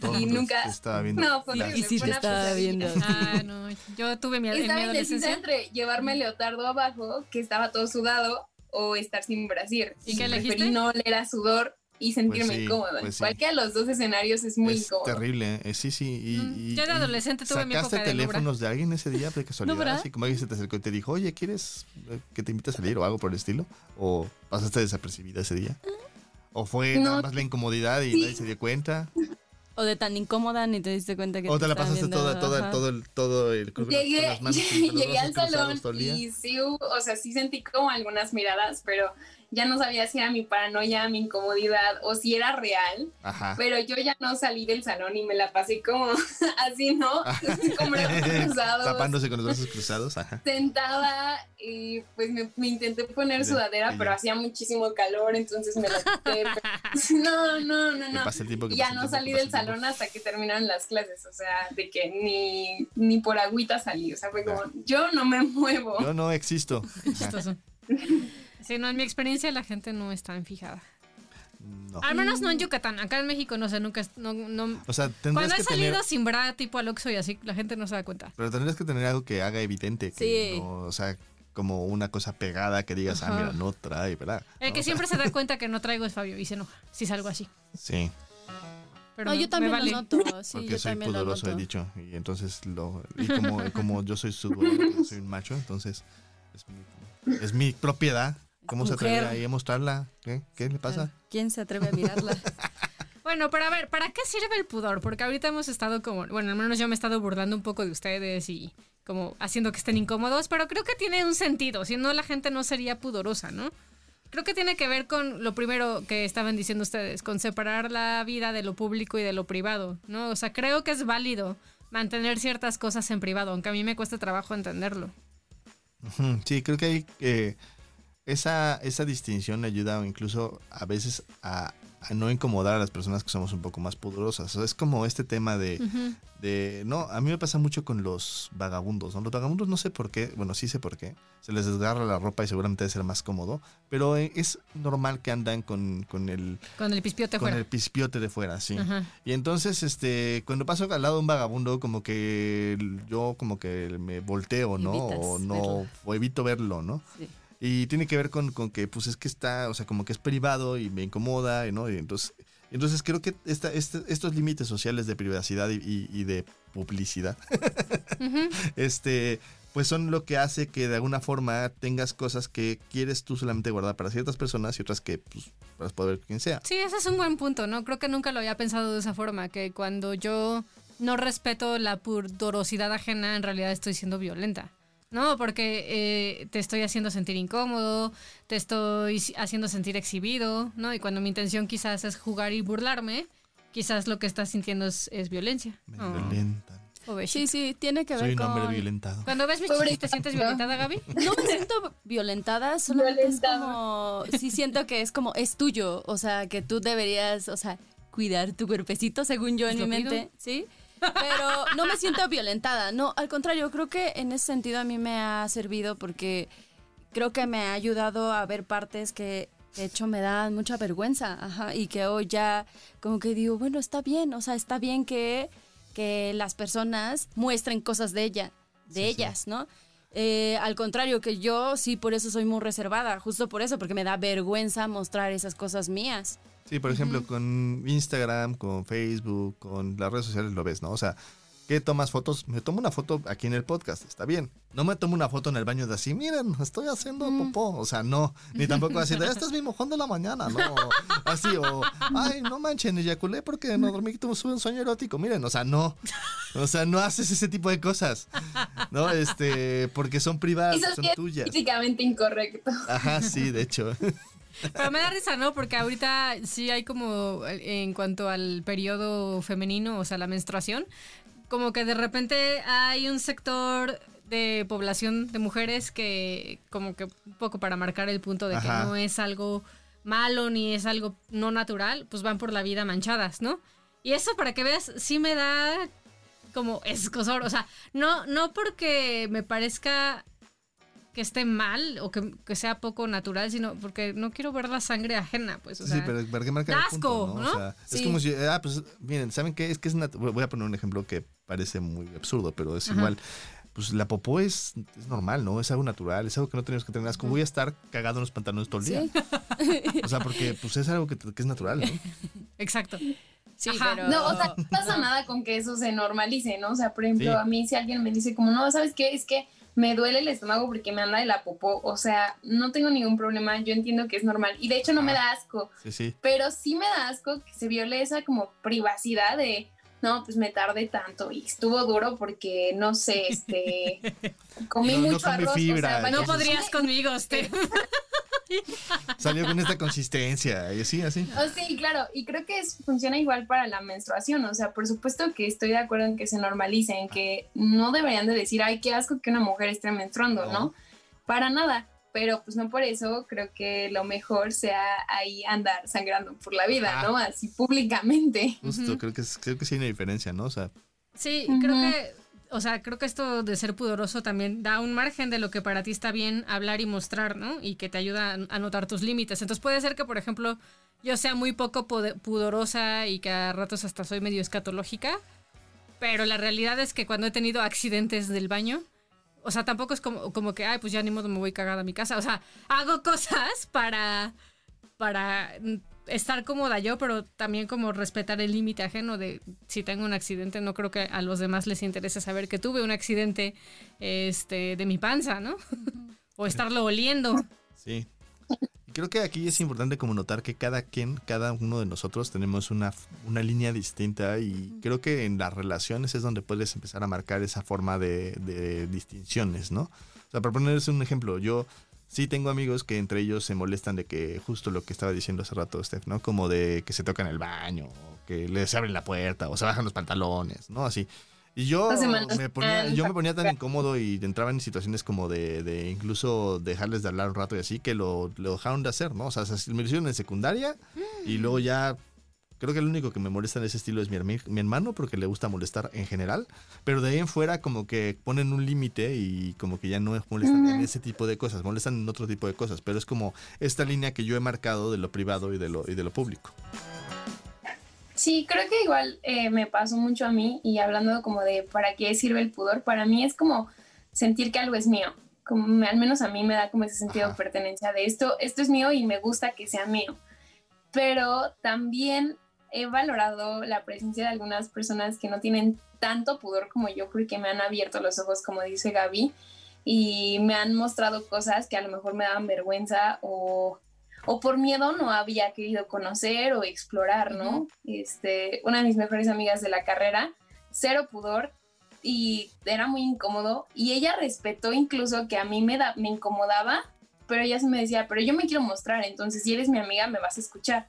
Todo
Y
el mundo
nunca-
te estaba viendo.
No, fue
Y-
horrible,
y sí
fue
te
una
estaba
pesadilla.
viendo.
Ah, no, yo tuve mi, en mi
Estaba indecisa
adolescencia.
entre llevarme el leotardo abajo, que estaba todo sudado, o estar sin brasier.
¿Y qué elegiste?
Preferí no oler a sudor y sentirme
sí,
incómoda.
pues sí.
Cualquiera de los dos escenarios es muy
es
incómodo.
terrible, eh, sí, sí. Y,
Mm,
y-
yo de
y
adolescente tuve mi época
¿Sacaste
de
teléfonos de alguien ese día de casualidad?
¿verdad?
Así como alguien se te acercó y te dijo, oye, ¿quieres eh, que te invite a salir o algo por el estilo? ¿O pasaste desapercibida ese día? ¿O fue
No.
nada más la incomodidad y
Sí.
nadie se dio cuenta?
O de tan incómoda ni te diste cuenta que
¿O te la
estaban
pasaste
viendo,
toda, toda,
ajá.
todo el, todo el con las- con
Llegué,
las manos
llegué al
cruzadas,
salón
todo el día?
y sí, hubo- o sea, sí sentí como algunas miradas, pero ya no sabía si era mi paranoia, mi incomodidad o si era real.
Ajá.
Pero yo ya no salí del salón y me la pasé como así, ¿no?
Ah.
Con brazos cruzados.
Tapándose con los brazos cruzados, ajá.
sentada y pues me, me intenté poner
Ya,
sudadera,
y ya.
pero hacía muchísimo calor, entonces me la quité. pero- No, no, no,
Que
no.
pase el tiempo, que
Y ya
pase el
no
tiempo,
salí
que
del
pase el
salón hasta que terminaron las clases, o sea, de que ni, ni por agüita salí, o sea, fue como, yo no me muevo.
tiempo. Yo no existo. Ajá.
Chistoso. Sí, no, en mi experiencia la gente no es tan fijada.
No.
Al menos no en Yucatán. Acá en México, no sé, nunca. es- No, no-
O sea, tendrías
Cuando he
que tener...
salido sin bra, tipo al Oxxo y así, la gente no se da cuenta.
Pero tendrías que tener algo que haga evidente. Que
Sí.
no- o sea, como una cosa pegada que digas, ah,
Ajá.
mira, no trae, ¿verdad?
El
¿No?
que
O sea,
siempre se da cuenta que no traigo es Fabio y se enoja si salgo así.
Sí,
Pero
No,
me-
yo también
me vale.
lo noto. Sí,
porque
yo
soy
también lo
pudoroso, he
noto.
dicho. Y entonces, lo, y como, y como yo soy sudoroso, soy un macho, entonces es mi, es mi propiedad. ¿Cómo se atreve
Mujer.
ahí a mostrarla? ¿Qué, ¿Qué le pasa?
¿Quién se atreve a mirarla?
Bueno, pero a ver, ¿para qué sirve el pudor? Porque ahorita hemos estado como, bueno, al menos yo me he estado burlando un poco de ustedes y como haciendo que estén incómodos, pero creo que tiene un sentido, si no la gente no sería pudorosa, ¿no? Creo que tiene que ver con lo primero que estaban diciendo ustedes, con separar la vida de lo público y de lo privado, ¿no? O sea, creo que es válido mantener ciertas cosas en privado, aunque a mí me cuesta trabajo entenderlo.
Ujú, Sí, creo que hay eh, esa, esa distinción ayuda incluso a veces a, a no incomodar a las personas que somos un poco más pudorosas. O sea, es como este tema de, de- No, a mí me pasa mucho con los vagabundos, ¿no? Los vagabundos no sé por qué, bueno, sí sé por qué. Se les desgarra la ropa y seguramente debe ser más cómodo, pero eh, es normal que andan con, con el,
Con el pispiote
con
fuera.
el pispiote de fuera, sí.
Ajá.
Y entonces, este, cuando paso al lado de un vagabundo, como que el- yo como que me volteo, ¿no?
Evitas
O no,
verlo.
o evito verlo, ¿no?
Sí.
Y tiene que ver con, con que, pues es que está, o sea, como que es privado y me incomoda, y ¿no? Y entonces, entonces creo que esta, este- estos límites sociales de privacidad y, y- y de publicidad,
Ujú.
este, pues son lo que hace que de alguna forma tengas cosas que quieres tú solamente guardar para ciertas personas y otras que, pues, para poder ver quien sea.
Sí, ese es un buen punto, ¿no? Creo que nunca lo había pensado de esa forma, que cuando yo no respeto la pudorosidad ajena, en realidad estoy siendo violenta. No, porque eh, te estoy haciendo sentir incómodo, te estoy si- haciendo sentir exhibido, ¿no? Y cuando mi intención quizás es jugar y burlarme, quizás lo que estás sintiendo es, es violencia.
Me
Oh,
violentan.
pobrecita.
Sí, sí, tiene Mm. que ver
Soy un
con...
hombre violentado.
Cuando ves mis
Pobre-
chichis, ¿te sientes violentada, Gaby?
No me siento violentada, solamente es
Violentada.
como... Sí siento que es como, es tuyo, o sea, que tú deberías, o sea, cuidar tu cuerpecito, según yo en mi
Pues lo pido.
mente, ¿sí? Pero no me siento violentada, no, al contrario, creo que en ese sentido a mí me ha servido porque creo que me ha ayudado a ver partes que de hecho me dan mucha vergüenza, ajá, y que hoy ya como que digo, bueno, está bien, o sea, está bien que, que las personas muestren cosas de ella, de ellas, ¿no? Eh, al contrario, que yo sí por eso soy muy reservada, justo por eso, porque me da vergüenza mostrar esas cosas mías.
Sí, por ejemplo, con Instagram, con Facebook, con las redes sociales lo ves, ¿no? O sea, ¿qué tomas fotos? Me tomo una foto aquí en el podcast, está bien. No me tomo una foto en el baño de así, miren, estoy haciendo popó. O sea, no. Ni tampoco así de, este es mi mojón de la mañana, ¿no? O Así, o, ay, no manchen, eyaculé porque no dormí, tuve un sueño erótico. Miren, o sea, no. O sea, no haces ese tipo de cosas, ¿no? Este, porque son privadas,
Eso
son
sí es
tuyas.
políticamente incorrecto.
Ajá, sí, de hecho.
Pero me da risa, ¿no? Porque ahorita sí hay como, eh, en cuanto al periodo femenino, o sea, la menstruación, como que de repente hay un sector de población de mujeres que como que un poco para marcar el punto de
Ajá.
que no es algo malo ni es algo no natural, pues van por la vida manchadas, ¿no? Y eso para que veas, sí me da como escosor, o sea, no, no porque me parezca que esté mal o que, que sea poco natural, sino porque no quiero ver la sangre ajena, pues, o
Sí,
sea,
pero ¿para qué marcar
da
el punto,
asco,
O
¿no?
sea, es
Sí.
como si, ah, pues, miren, ¿saben qué? Es que es nat- voy voy a poner un ejemplo que parece muy absurdo, pero es
Ajá.
igual. Pues la popó es, es normal, ¿no? Es algo natural, es algo que no tenemos que tener asco. Voy a estar cagado en los pantalones todo el día.
Sí,
O sea, porque pues es algo que, que es natural, ¿no?
exacto.
sí,
Ajá.
pero...
No, o sea, no pasa nada con que eso se normalice, ¿no? O sea, por ejemplo,
Sí.
a mí si alguien me dice como, no, ¿sabes qué? Es que me duele el estómago porque me anda de la popó. O sea, no tengo ningún problema, yo entiendo que es normal. Y de hecho no me
Ah.
da asco,
Sí, sí.
pero sí me da asco que se viole esa como privacidad de, no, pues me tardé tanto y estuvo duro porque, no sé, este, comí
No, no
mucho
comí
arroz.
fibra,
o sea,
No
Entonces-
podrías conmigo, este.
Salió con esta consistencia y así, así.
Oh, sí, claro, y creo que es- funciona igual para la menstruación, o sea, por supuesto que estoy de acuerdo en que se normalicen, que no deberían de decir, ay, qué asco que una mujer esté menstruando,
No.
¿no? Para nada, pero pues no por eso creo que lo mejor sea ahí andar sangrando por la vida,
Ajá.
¿no? Así públicamente.
Justo,
Ujú.
creo, que, es- creo que sí hay una diferencia, ¿no? O sea,
Sí,
Ujú.
creo que, o sea, creo que esto de ser pudoroso también da un margen de lo que para ti está bien hablar y mostrar, ¿no? Y que te ayuda a- a notar tus límites. Entonces puede ser que, por ejemplo, yo sea muy poco pude- pudorosa y que a ratos hasta soy medio escatológica, pero la realidad es que cuando he tenido accidentes del baño, o sea, tampoco es como, como que, ay, pues ya ni modo me voy cagada a mi casa. O sea, hago cosas para, para mm, estar cómoda yo, pero también como respetar el límite ajeno de si tengo un accidente, no creo que a los demás les interese saber que tuve un accidente este, de mi panza, ¿no? o estarlo oliendo.
Sí. Y creo que aquí es importante como notar que cada quien, cada uno de nosotros tenemos una, f- una línea distinta y creo que en las relaciones es donde puedes empezar a marcar esa forma de, de distinciones, ¿no? O sea, para ponerles un ejemplo, yo sí tengo amigos que entre ellos se molestan de que justo lo que estaba diciendo hace rato Steph, ¿no? Como de que se tocan el baño, o que les abren la puerta o se bajan los pantalones, ¿no? Así. Y yo
Las semanas
me, ponía, yo me ponía tan
tan-
incómodo y entraba en situaciones como de, de incluso dejarles de hablar un rato y así que lo, lo dejaron de hacer, ¿no? O sea, se- me lo hicieron en secundaria y luego ya creo que el único que me molesta en ese estilo es mi, hermi- mi hermano porque le gusta molestar en general, pero de ahí en fuera como que ponen un límite y como que ya no molestan en
Ujú.
ese tipo de cosas, molestan en otro tipo de cosas, pero es como esta línea que yo he marcado de lo privado y de lo, y de lo público.
Sí, creo que igual eh, me pasó mucho a mí y hablando como de para qué sirve el pudor, para mí es como sentir que algo es mío. Como, me- al menos a mí me da como ese sentido
Ajá.
de pertenencia de esto, esto es mío y me gusta que sea mío. Pero también he valorado la presencia de algunas personas que no tienen tanto pudor como yo porque me han abierto los ojos, como dice Gaby, y me han mostrado cosas que a lo mejor me daban vergüenza o o por miedo no había querido conocer o explorar, ¿no? Este, una de mis mejores amigas de la carrera, cero pudor y era muy incómodo y ella respetó incluso que a mí me da, me incomodaba, pero ella se me decía, "Pero yo me quiero mostrar, entonces si eres mi amiga me vas a escuchar."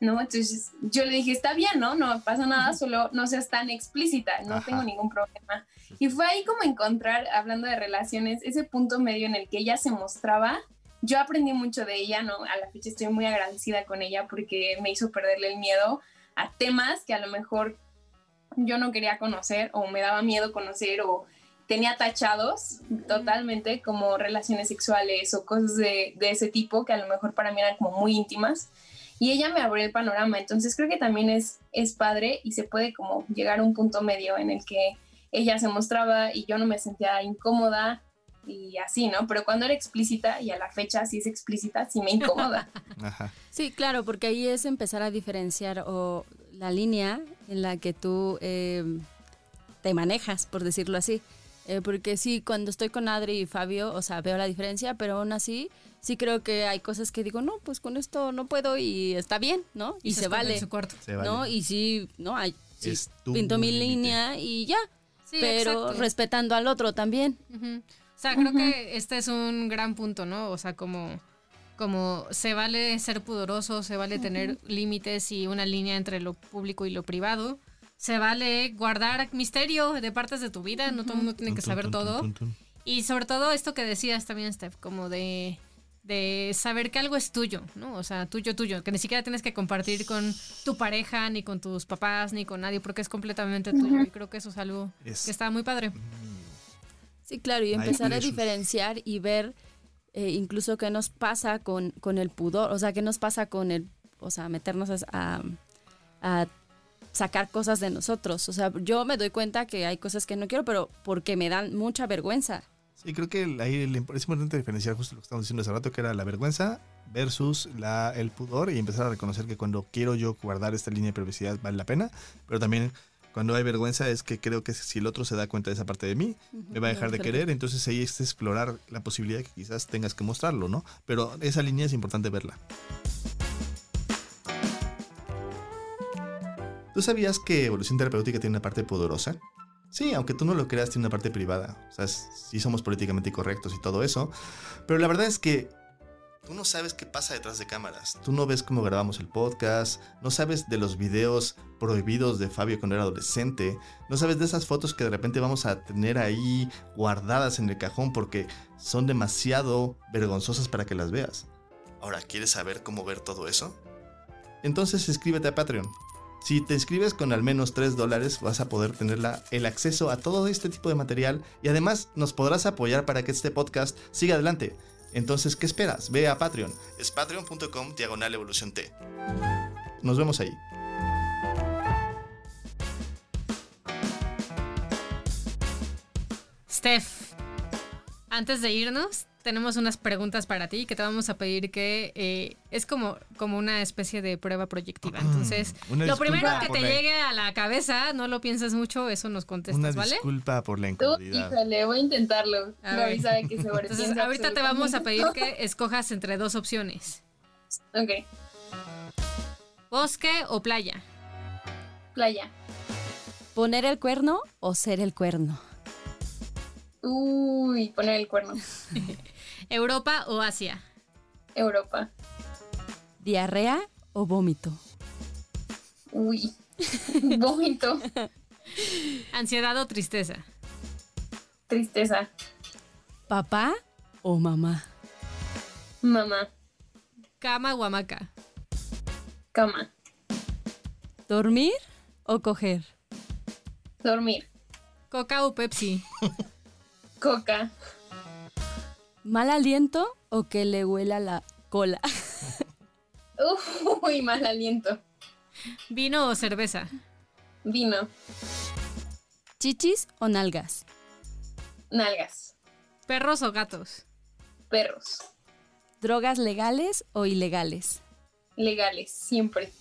¿no? Entonces yo le dije, está bien, ¿no? No pasa nada, solo no seas tan explícita, no
Ajá.
tengo ningún problema. Y fue ahí como encontrar, hablando de relaciones, ese punto medio en el que ella se mostraba. Yo aprendí mucho de ella, ¿no? A la fecha estoy muy agradecida con ella porque me hizo perderle el miedo a temas que a lo mejor yo no quería conocer o me daba miedo conocer o tenía tachados totalmente como relaciones sexuales o cosas de, de ese tipo que a lo mejor para mí eran como muy íntimas y ella me abrió el panorama. Entonces creo que también es, es padre y se puede como llegar a un punto medio en el que ella se mostraba y yo no me sentía incómoda y así, ¿no? Pero cuando era explícita y a la fecha sí es explícita, sí me incomoda.
Ajá.
Sí, claro, porque ahí es empezar a diferenciar o la línea en la que tú eh, te manejas, por decirlo así. Eh, porque sí, cuando estoy con Adri y Fabio, o sea, veo la diferencia, pero aún así sí creo que hay cosas que digo, no, pues con esto no puedo y está bien, ¿no? Y, se,
esconde en
vale,
su cuarto.
Se vale.
¿no? Y sí, ¿no? Hay, sí,
Es tu
pinto mi
límite.
línea y ya,
Sí,
pero
exacto.
respetando al otro también.
Ujú. O sea, creo que este es un gran punto, ¿no? O sea, como, como se vale ser pudoroso, se vale tener límites y una línea entre lo público y lo privado. Se vale guardar misterio de partes de tu vida, no todo el mundo tiene que
Tun,
saber
tun, tun,
todo.
tun, tun.
Y sobre todo esto que decías también, Steph, como de, de saber que algo es tuyo, ¿no? O sea, tuyo, tuyo, que ni siquiera tienes que compartir con tu pareja, ni con tus papás, ni con nadie, porque es completamente tuyo. Y creo que eso es algo
Es-
que está muy padre.
Sí, claro, y
Hay
empezar a
precios.
diferenciar y ver eh, incluso qué nos pasa con, con el pudor, o sea, qué nos pasa con el, o sea, meternos a, a- a sacar cosas de nosotros. O sea, yo me doy cuenta que hay cosas que no quiero, pero porque me dan mucha vergüenza.
Sí, creo que el- ahí el- es importante diferenciar justo lo que estamos diciendo hace rato, que era la vergüenza versus la, el pudor y empezar a reconocer que cuando quiero yo guardar esta línea de privacidad vale la pena, pero también cuando hay vergüenza es que creo que si el otro se da cuenta de esa parte de mí, me va a dejar de
Ujú.
querer, entonces ahí es explorar la posibilidad que quizás tengas que mostrarlo, ¿no? Pero esa línea es importante verla. ¿Tú sabías que evolución terapéutica tiene una parte poderosa? Sí, aunque tú no lo creas, tiene una parte privada. O sea, s- sí somos políticamente correctos y todo eso. Pero la verdad es que tú no sabes qué pasa detrás de cámaras. Tú no ves cómo grabamos el podcast. No sabes de los videos prohibidos de Fabio cuando era adolescente. No sabes de esas fotos que de repente vamos a tener ahí guardadas en el cajón porque son demasiado vergonzosas para que las veas. Ahora, ¿quieres saber cómo ver todo eso? Entonces inscríbete a Patreon. Si te inscribes con al menos 3 dólares vas a poder tener la- el acceso a todo este tipo de material y además nos podrás apoyar para que este podcast siga adelante. Entonces, ¿qué esperas? Ve a Patreon. Es patreon.com diagonal evolución T. Nos vemos ahí.
Steph, antes de irnos, tenemos unas preguntas para ti que te vamos a pedir que eh, es como, como una especie de prueba proyectiva. Entonces,
Una
lo
disculpa
primero que
por
te
la-
llegue a la cabeza, no lo pienses mucho, eso nos contestas,
Una
¿vale?
disculpa por la
Tú,
incomodidad.
híjole, voy a intentarlo.
A
Gaby
ver.
sabe que se
Entonces, ahorita te vamos a pedir que escojas entre dos opciones.
Ok,
Bosque o playa.
playa.
¿Poner el cuerno o ser el cuerno?
Uy, poner el cuerno.
Europa o Asia.
Europa.
¿Diarrea o vómito?
Uy, vómito,
Ansiedad o tristeza.
tristeza.
¿Papá o mamá?
Mamá,
Cama o hamaca.
cama,
¿Dormir o coger?
dormir,
Coca o Pepsi.
coca,
¿Mal aliento o que le huela la cola?
uy, mal aliento,
Vino o cerveza.
vino,
¿Chichis o nalgas?
nalgas,
Perros o gatos.
perros,
¿Drogas legales o ilegales?
legales, siempre.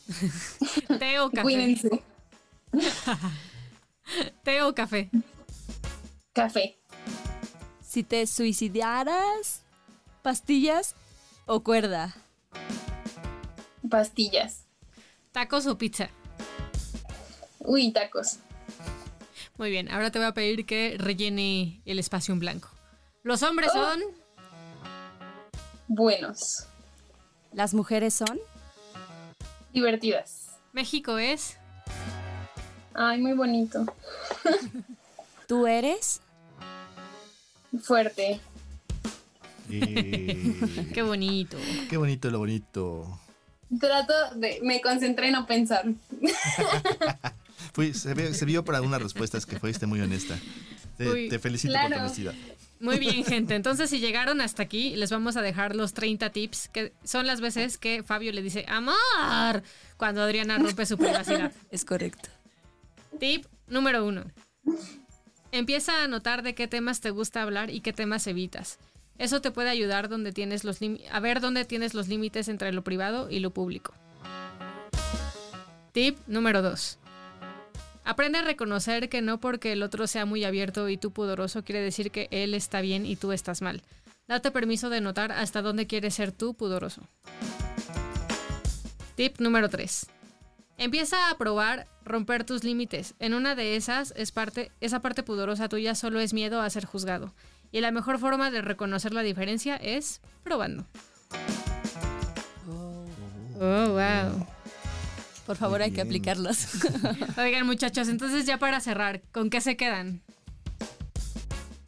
Té o café.
Cuídense.
Té o café.
Café,
Si te suicidaras, pastillas o cuerda.
pastillas,
Tacos o pizza.
uy, tacos,
Muy bien, ahora te voy a pedir que rellene el espacio en blanco. Los hombres son
buenos,
Las mujeres son
divertidas.
México es.
Ay, muy bonito.
¿Tú eres?
Fuerte.
Eh,
Qué bonito.
qué bonito lo bonito.
Trato de, me concentré en no pensar.
Fui- se, ve- se vio para unas respuestas que fuiste muy honesta. Te,
Uy,
te felicito por tu
claro.
honestidad.
Muy bien, gente. Entonces, si llegaron hasta aquí, les vamos a dejar los 30 tips, que son las veces que Fabio le dice amor cuando Adriana rompe su privacidad.
Es correcto.
Tip número uno. Empieza a notar de qué temas te gusta hablar y qué temas evitas. Eso te puede ayudar donde tienes los lim- a ver dónde tienes los límites entre lo privado y lo público. Tip número 2. Aprende a reconocer que no porque el otro sea muy abierto y tú pudoroso quiere decir que él está bien y tú estás mal. Date permiso de notar hasta dónde quieres ser tú pudoroso. Tip número 3. Empieza a probar romper tus límites. En una de esas, es parte, esa parte pudorosa tuya solo es miedo a ser juzgado. Y la mejor forma de reconocer la diferencia es probando. Oh, wow.
Por favor,
Muy
hay que
bien.
aplicarlas.
Oigan, muchachos, entonces ya para cerrar, ¿con qué se quedan?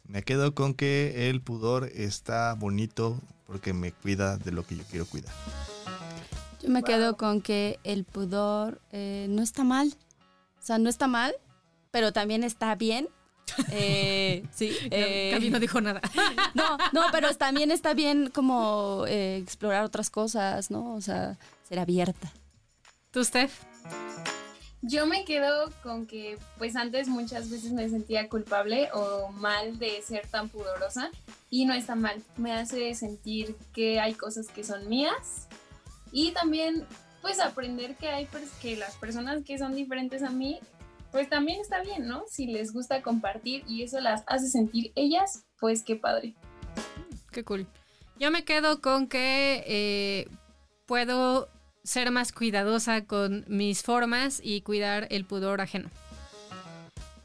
Me quedo con que el pudor está bonito porque me cuida de lo que yo quiero cuidar.
Yo me quedo con que el pudor eh, no está mal. O sea, no está mal, pero también está bien. Eh, sí, eh,
Gaby no dijo nada.
no, no, pero es- también está bien como eh, explorar otras cosas, ¿no? O sea, ser abierta.
¿Tú, Steph?
Yo me quedo con que pues antes muchas veces me sentía culpable o mal de ser tan pudorosa y no está mal, me hace sentir que hay cosas que son mías y también pues aprender que hay pers- que las personas que son diferentes a mí pues también está bien, ¿no? Si les gusta compartir y eso las hace sentir ellas, pues qué padre.
Qué cool. Yo me quedo con que eh, puedo ser más cuidadosa con mis formas y cuidar el pudor ajeno.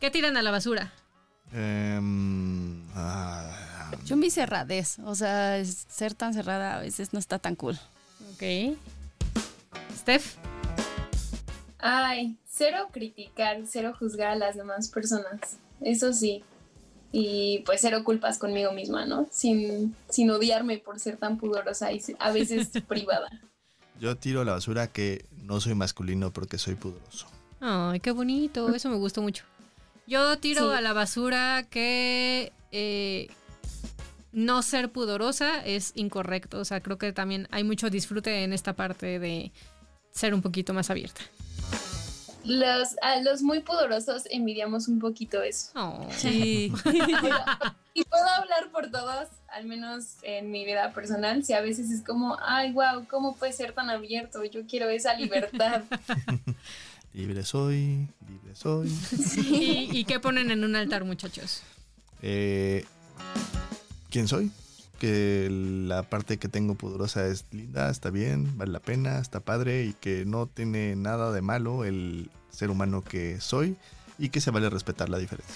¿Qué tiran a la basura?
Em, ah,
Yo mi cerradez, o sea, es- ser tan cerrada a veces no está tan cool.
Ok. Steph,
Ay, cero criticar, cero juzgar a las demás personas. Eso sí. Y pues cero culpas conmigo misma, ¿no? Sin, sin odiarme por ser tan pudorosa y a veces privada.
yo tiro a la basura que no soy masculino porque soy pudoroso.
ay, qué bonito, eso me gustó mucho. Yo tiro
Sí.
a la basura que eh, no ser pudorosa es incorrecto. O sea, creo que también hay mucho disfrute en esta parte de ser un poquito más abierta.
Los, a los muy pudorosos envidiamos un poquito eso.
Oh.
Sí.
Y puedo hablar por todos, al menos en mi vida personal, si a veces es como, ay, wow, ¿cómo puede ser tan abierto? Yo quiero esa libertad.
Libre soy, libre soy.
¿Y, y qué ponen en un altar, muchachos?
Eh, ¿Quién soy? Que la parte que tengo pudorosa es linda, está bien, vale la pena, está padre y que no tiene nada de malo el ser humano que soy y que se vale respetar la diferencia.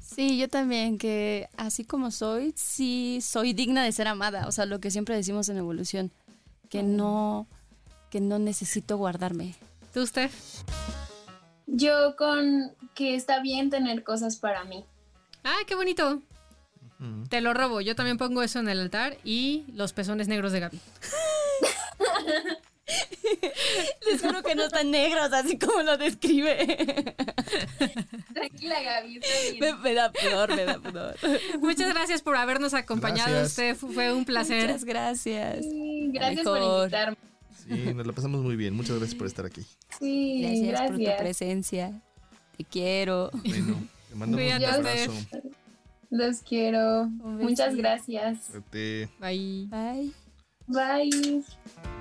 Sí, yo también, que así como soy, sí soy digna de ser amada. O sea, lo que siempre decimos en evolución, que no, que no necesito guardarme.
¿Tú, Steph?
Yo con que está bien tener cosas para mí.
Ah, qué bonito. Te lo robo. Yo también pongo eso en el altar y los pezones negros de Gaby.
Les juro que no están negros, así como lo describe.
Tranquila, Gaby, está bien.
me, me da pudor, me da pudor.
Muchas gracias por habernos acompañado.
Gracias.
Steph, fue un placer.
Muchas gracias.
Sí, gracias por
Mejor.
invitarme.
Sí, nos la pasamos muy bien. Muchas gracias por estar aquí.
Sí,
Gracias,
gracias.
por tu presencia. Te quiero.
Bueno, te mando un
Cuídate,
abrazo.
Los quiero.
Un
Muchas
besito.
gracias.
Cuídate.
Bye.
Bye.
Bye.